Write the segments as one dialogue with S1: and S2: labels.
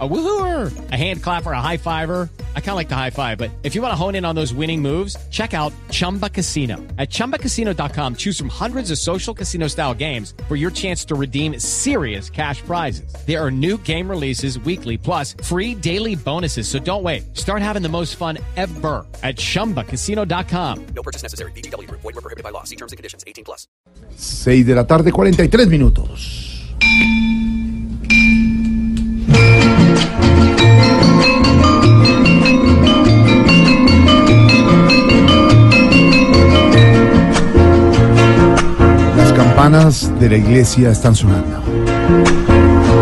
S1: A woohooer, a hand clapper, a high fiver. I kind of like the high five, but if you want to hone in on those winning moves, check out Chumba Casino. At chumbacasino.com, choose from hundreds of social casino style games for your chance to redeem serious cash prizes. There are new game releases weekly, plus free daily bonuses. So don't wait. Start having the most fun ever at chumbacasino.com.
S2: No purchase necessary. BGW. Void were prohibited by law. See terms and conditions. 18 plus.
S3: 6 de la tarde, 43 minutos. Las campanas de la iglesia están sonando,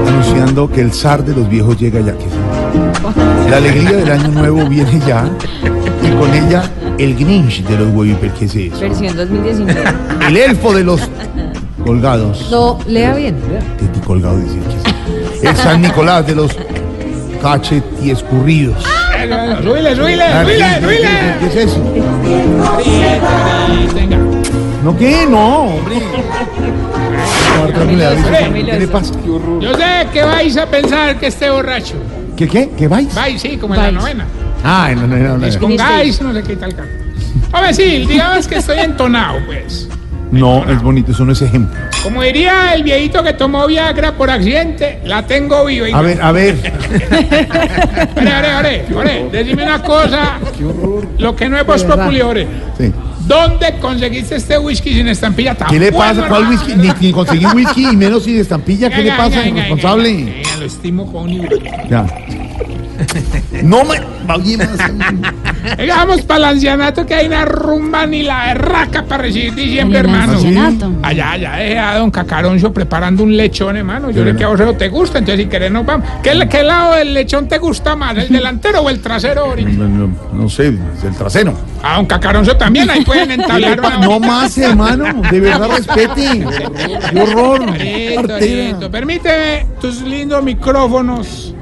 S3: anunciando que el zar de los viejos llega ya. que- La alegría del año nuevo viene ya y con ella el Grinch de los hueviperqueses.
S4: Versión 2019.
S3: El elfo de los colgados.
S4: No, lea bien.
S3: De ti colgado decir que sí. El San Nicolás de los cachetes escurridos.
S5: ¡Ruile,
S3: Ah,
S5: ruile, ruile, ruile!
S3: ¿Qué es eso? No, ¿qué? No, hombre. No, otra vez le aviso. ¿Qué le pasa?
S5: Yo sé que vais a pensar que esté borracho.
S3: ¿Qué qué? ¿Qué vais?
S5: Vais, sí, como en la
S4: Vais.
S5: novena.
S3: Ah, no, no, no, no. No,
S5: Pongáis, no sé qué tal. cara. Hombre, sí, digamos que estoy entonado, pues.
S3: No, es bonito, eso no es ejemplo.
S5: Como diría el viejito que tomó Viagra por accidente, la tengo viva.
S3: A ver, a ver.
S5: Ore, ore, ore, ore, decime una cosa. Lo que no es vos populi, ore.
S3: Sí.
S5: ¿Dónde conseguiste este whisky sin estampilla tan
S3: ¿Qué le
S5: bueno,
S3: pasa? ¿Cuál
S5: hermano?
S3: whisky? Ni, ni conseguí whisky y menos sin estampilla. ¿Qué le
S5: Venga,
S3: pasa,
S5: venga, venga, venga,
S3: irresponsable?
S5: venga, Lo estimo con un libro.
S3: Ya. No me. Oye, más.
S5: Venga, vamos para el ancianato que hay una rumba ni la berraca para recibir diciembre, hermano. Allá, allá, deje a don Cacaroncio preparando un lechón, hermano. Yo sé que a vos no te gusta, entonces si querés nos vamos. ¿Qué, le- qué lado del lechón te gusta más, el delantero o el trasero, Ori?
S3: No, no, no sé, es el trasero.
S5: A don Cacaroncio también, ahí pueden entablar una...
S3: No más, hermano. De verdad, respete. Qué horror.
S5: Listo,
S3: Artera.
S5: listo. Permíteme tus lindos micrófonos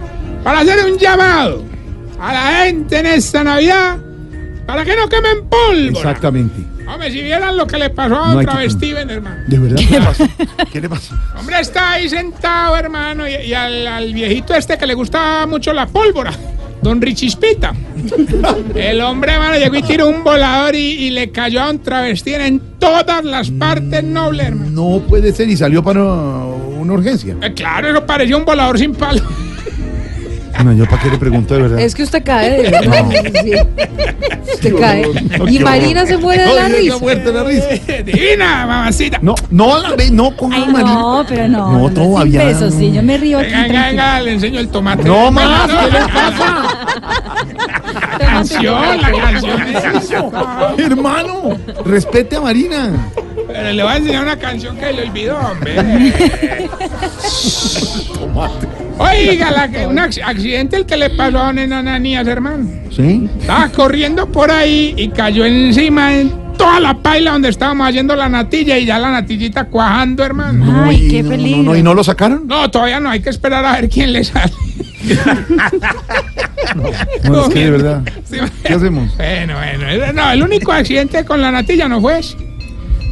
S5: para hacer un llamado a la gente en esta Navidad para que no quemen polvo.
S3: Exactamente.
S5: Hombre, si vieran lo que le pasó
S3: No
S5: a
S3: hay
S5: un
S3: que-
S5: travestiven, hermano.
S3: ¿De verdad? ¿Qué le pasa? ¿Qué le pasa?
S5: Hombre, está ahí sentado, hermano, y, y al, al viejito este que le gusta mucho la pólvora, don Richispita. El hombre, hermano, llegó y tiró un volador y, y le cayó a un travesti en todas las partes nobles, hermano.
S3: No puede ser y salió para una urgencia.
S5: Eh, claro, eso pareció un volador sin palo.
S3: No, yo para qué le pregunto de verdad.
S4: Es que usted cae de verdad.
S3: No.
S4: Sí. Usted cae.
S3: horror.
S4: Y Marina se muere de la
S3: Ay, está
S4: risa.
S3: muerta de la risa.
S5: Divina, mamacita.
S3: No, no, la ve- no, con
S6: Ay, no, pero no.
S3: No,
S6: sin
S3: todavía
S6: pesos,
S3: no.
S6: sí, yo me río aquí.
S5: Venga, venga,
S6: tranquila.
S5: venga, le enseño el tomate.
S3: No
S5: Bueno,
S3: más,
S5: no,
S3: ¿qué le
S5: la
S3: pasa?
S5: canción, la canción. es eso.
S3: Hermano, respete a Marina.
S5: Pero le voy a enseñar una canción que le olvidó, hombre.
S3: Tomate.
S5: Oiga, la que- un acc- accidente el que le pasó a Nena Ananías, hermano.
S3: ¿Sí?
S5: Estaba corriendo por ahí y cayó encima en toda la paila donde estábamos haciendo la natilla y ya la natillita cuajando, hermano.
S6: Ay,
S3: No, y
S6: qué
S3: no, no, no,
S6: peligro.
S3: ¿Y no lo sacaron?
S5: No, todavía no, hay que esperar a ver quién le sale.
S3: No, es que de verdad.
S5: Sí,
S3: ¿Qué hacemos?
S5: Bueno, bueno, el- no, el único accidente con la natilla no fue ese.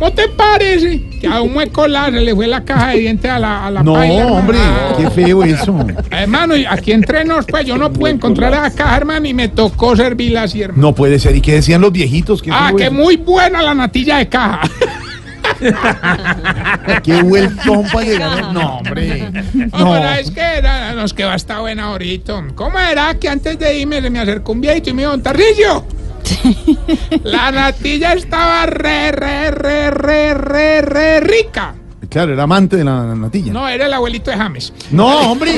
S5: ¿No te parece que a un hueco la- se le fue la caja de dientes a la, a la
S3: No,
S5: paila, Ah. hermano?
S3: hombre, qué feo eso.
S5: Hermano, y aquí entre nos, pues yo no pude encontrar a la caja, hermano, y me tocó servirla así, hermano.
S3: No puede ser. ¿Y qué decían los viejitos? ¿Qué
S5: Ah,
S3: feo
S5: que
S3: eso?
S5: muy buena la natilla de caja.
S3: Qué vueltón para llegar. No, hombre.
S5: No,
S3: No.
S5: pero Ah, es que era- nos quedó hasta buena ahorita. ¿Cómo era que antes de irme se me acercó un viejito y me dijo, "Don Tarcisio? La natilla estaba re, re, re, re, re, re rica.
S3: Claro, era amante de la natilla. No,
S5: No, era el abuelito de James.
S3: hombre.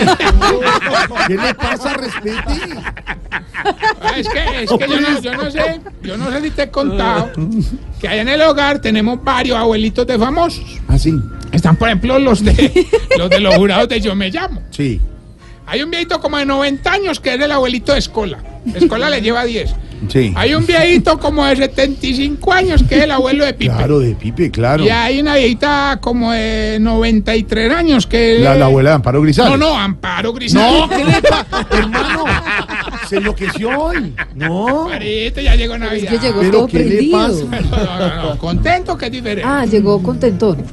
S3: ¿Qué le pasa? Respete.
S5: Ah, Es que, es que yo, no, yo no sé, yo no sé si te he contado que allá en el hogar tenemos varios abuelitos de famosos.
S3: Ah, sí.
S5: Están, por ejemplo, los de los, de los jurados de Yo Me Llamo.
S3: Sí.
S5: Hay un viejito como de 90 años que es el abuelito de Escola. Escola le lleva 10.
S3: Sí.
S5: Hay un viejito como de 75 años que es el abuelo de Pipe.
S3: Claro, de Pipe, claro.
S5: Y hay una viejita como de 93 años que es...
S3: La, la abuela de Amparo Grisales.
S5: No, no, Amparo
S3: No,
S5: Grisal.
S3: ¿qué le pasa? Hermano. se enloqueció hoy. No.
S5: Marito, ya llegó Navidad.
S4: que llegó
S3: Pero
S4: todo
S3: ¿qué le
S4: prendido.
S3: pasa?
S5: No, no, no, contento que es diferente.
S4: Ah, llegó contentón.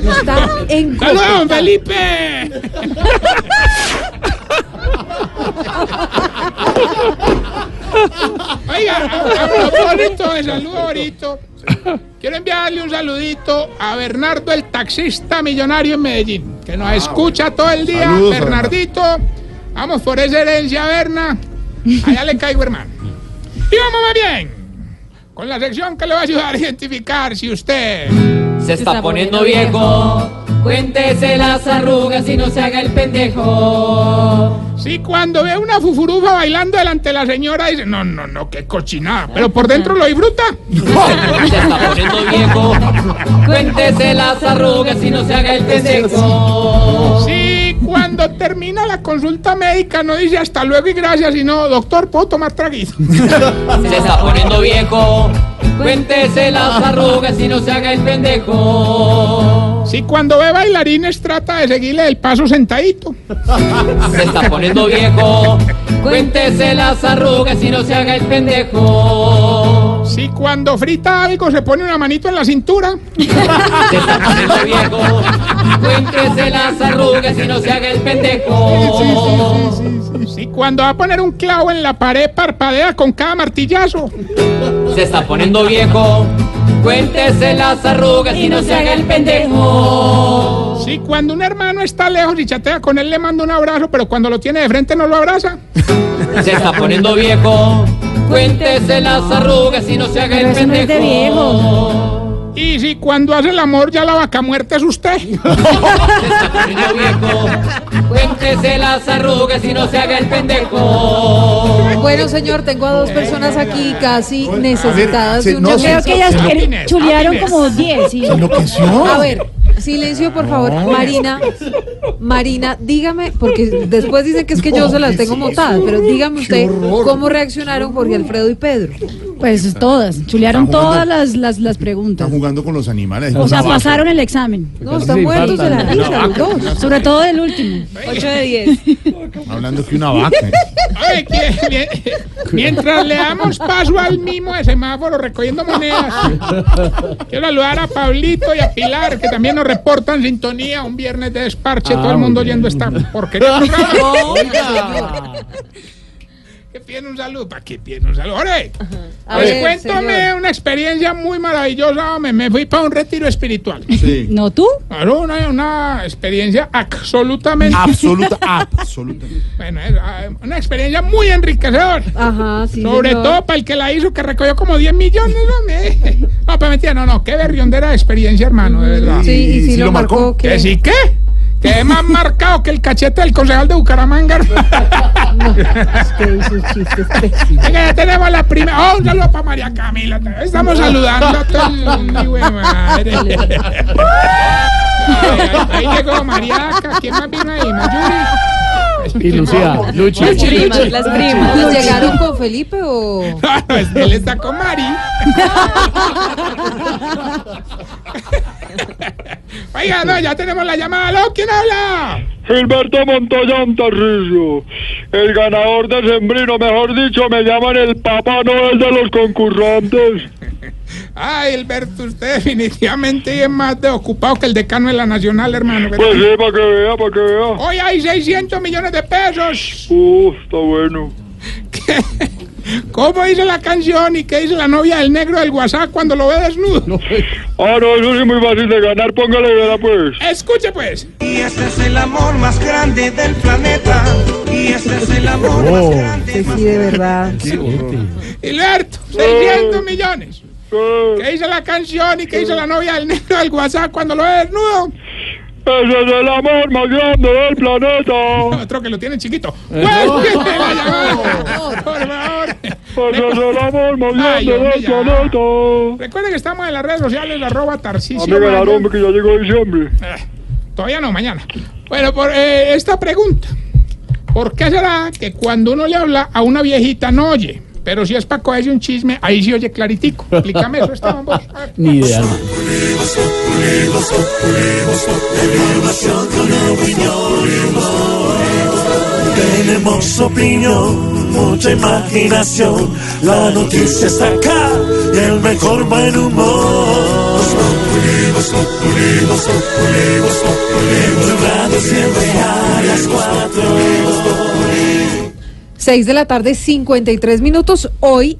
S4: Está en copa.
S5: ¡Saludos, don Felipe! Oiga, a, a propósito de saludo ahorita, quiero enviarle un saludito a Bernardo, el taxista millonario en Medellín, que nos escucha todo el día.
S3: Saludos,
S5: Bernardito, vamos por esa herencia, Berna. Allá le caigo, hermano. Y vamos muy bien con la sección que le va a ayudar a identificar si usted...
S6: Se está poniendo viejo. Cuéntese las arrugas y no se haga el pendejo.
S5: Sí, cuando ve una fufurufa bailando delante de la señora, dice, no, no, no, qué cochinada. Pero por dentro lo disfruta.
S6: Se está poniendo viejo. Cuéntese las arrugas y no se haga el pendejo.
S5: Sí, cuando termina la consulta médica, no dice hasta luego y gracias, sino, doctor, ¿puedo tomar traguito?
S6: Se está poniendo viejo. Cuéntese las arrugas y no se haga el pendejo.
S5: Sí, cuando ve bailarines, trata de seguirle el paso sentadito.
S6: Se está poniendo viejo. Cuéntese las arrugas y no se haga el pendejo.
S5: Sí, cuando frita algo, se pone una manito en la cintura.
S6: Se está poniendo viejo. Cuéntese las arrugas y no se haga el pendejo.
S5: Sí, cuando va a poner un clavo en la pared, parpadea con cada martillazo.
S6: Se está poniendo viejo. Cuéntese las arrugas y no se haga el pendejo.
S5: Sí, cuando un hermano está lejos y chatea con él, le manda un abrazo, pero cuando lo tiene de frente no lo abraza.
S6: Se está poniendo viejo. Cuéntese las arrugas y no se haga
S4: Pero
S6: el
S4: eso no es de
S6: pendejo.
S5: Y si cuando hace el amor ya la vaca muerta es usted.
S6: Se está poniendo viejo. Cuéntese las arrugas y no se haga el pendejo.
S4: Bueno, señor, tengo a dos personas aquí casi necesitadas
S3: se-
S4: de un
S3: no, se-
S4: llamado.
S7: Creo que ellas
S3: Sí,
S7: er-
S5: happiness,
S7: chulearon
S5: happiness.
S7: como 10, ¿sí?
S3: Se enloqueció.
S4: A ver, silencio, por favor. Marina, Marina, dígame, porque después dicen que es que yo
S3: No,
S4: se las
S3: ¿qué
S4: tengo
S3: es
S4: montadas,
S3: eso?
S4: pero dígame
S3: Qué
S4: usted
S3: horror.
S4: cómo reaccionaron Jorge Alfredo y Pedro.
S7: Pues todas, chulearon
S3: Están jugando-
S7: todas las, las, las preguntas.
S3: Están jugando con los animales.
S7: O sea, pasaron el examen.
S4: No, están muertos de la risa, los dos.
S7: Sobre todo el último.
S4: 8 de 10.
S3: Hablando que una vaca.
S5: Ay, que- mie- mientras le damos paso al mimo de semáforo recogiendo monedas, quiero saludar a Pablito y a Pilar, que también nos reportan sintonía un viernes de desparche,
S4: Ah,
S5: todo el mundo oyendo esta porquería. de programa. Que piden un saludo, ¿para qué piden un saludo? ¡Ore!
S4: A
S5: Pues
S4: ver,
S5: cuéntame
S4: señor.
S5: una experiencia muy maravillosa, hombre, me fui para un retiro espiritual.
S3: Sí.
S7: ¿No tú?
S5: Claro, una, una experiencia absolutamente.
S3: Absoluta, absolutamente.
S5: Bueno, es, ah, una experiencia muy enriquecedora.
S4: Ajá, sí.
S5: Sobre
S4: señor.
S5: todo para el que la hizo, que recogió como 10 millones, hombre. No, pero mentira, no, no, qué berriondera de experiencia, hermano, de verdad.
S4: Sí, y si,
S3: ¿Sí
S4: lo,
S3: lo marcó?
S4: marcó,
S5: ¿Que
S4: ¿qué?
S5: sí qué? Que es más marcado que el cachete del concejal de Bucaramanga.
S4: Usted y sus chistes pésimos.
S5: Venga, ya tenemos la primera. Oh, un saludo para María Camila. Estamos saludando a todo el mi güey madre. Ay, Ahí ahí llegó Mariaca. ¿Quién más vino ahí? Mayuri. Y Lucía, Luchi.
S4: Primas, las primas. ¿Y llegaron con Felipe o...?
S5: No, no, es- él está con Mari. Oiga, no, ya tenemos la llamada. ¿Aló? ¿Quién habla?
S8: Gilberto Montoya Antarrillo, el ganador de Sembrino, mejor dicho, me llaman el Papá Noel de los concurrantes.
S5: Ay, Alberto, usted definitivamente es más de ocupado que el decano de la Nacional, hermano. ¿verdad?
S8: Pues sí, para que vea, para que vea.
S5: Hoy hay 600 millones de pesos.
S8: Uf, está bueno.
S5: ¿Cómo dice la canción y qué dice la novia del negro del WhatsApp cuando lo ve desnudo?
S8: Ah, no, eso sí es muy fácil de ganar, póngale verá pues.
S5: Escuche, pues.
S9: Y este es el amor más grande del planeta. Y este es el amor más grande.
S4: Sí, sí, de verdad.
S5: Alberto, 600 millones.
S8: Eh,
S5: ¿Qué dice la canción y qué dice la novia del negro del WhatsApp cuando lo ve desnudo?
S8: ese es el amor más grande del planeta.
S5: Otro que lo tiene chiquito. ¡Cuélguete la llamada! Por
S8: Ese es
S5: favor.
S8: el amor más
S5: Ay,
S8: grande
S5: hombre,
S8: del
S5: ya.
S8: planeta.
S5: Recuerden que estamos en las redes sociales, arroba
S8: A mí
S5: Tarcisio.
S8: ganaron,
S5: Maya.
S8: que ya llegó diciembre.
S5: Eh, Todavía no, mañana. Bueno, por eh, esta pregunta. ¿Por qué será que cuando uno le habla a una viejita no oye? Pero si es para cogerse un chisme, ahí sí oye claritico. Explícame eso, Esteban, vos. A ver.
S8: Tenemos opinión, mucha imaginación. La noticia está acá y el mejor buen humor. Los populimos, populimos, populimos, populimos. Blue Radio siempre a las cuatro.
S4: 6 de la tarde, 53 minutos. Hoy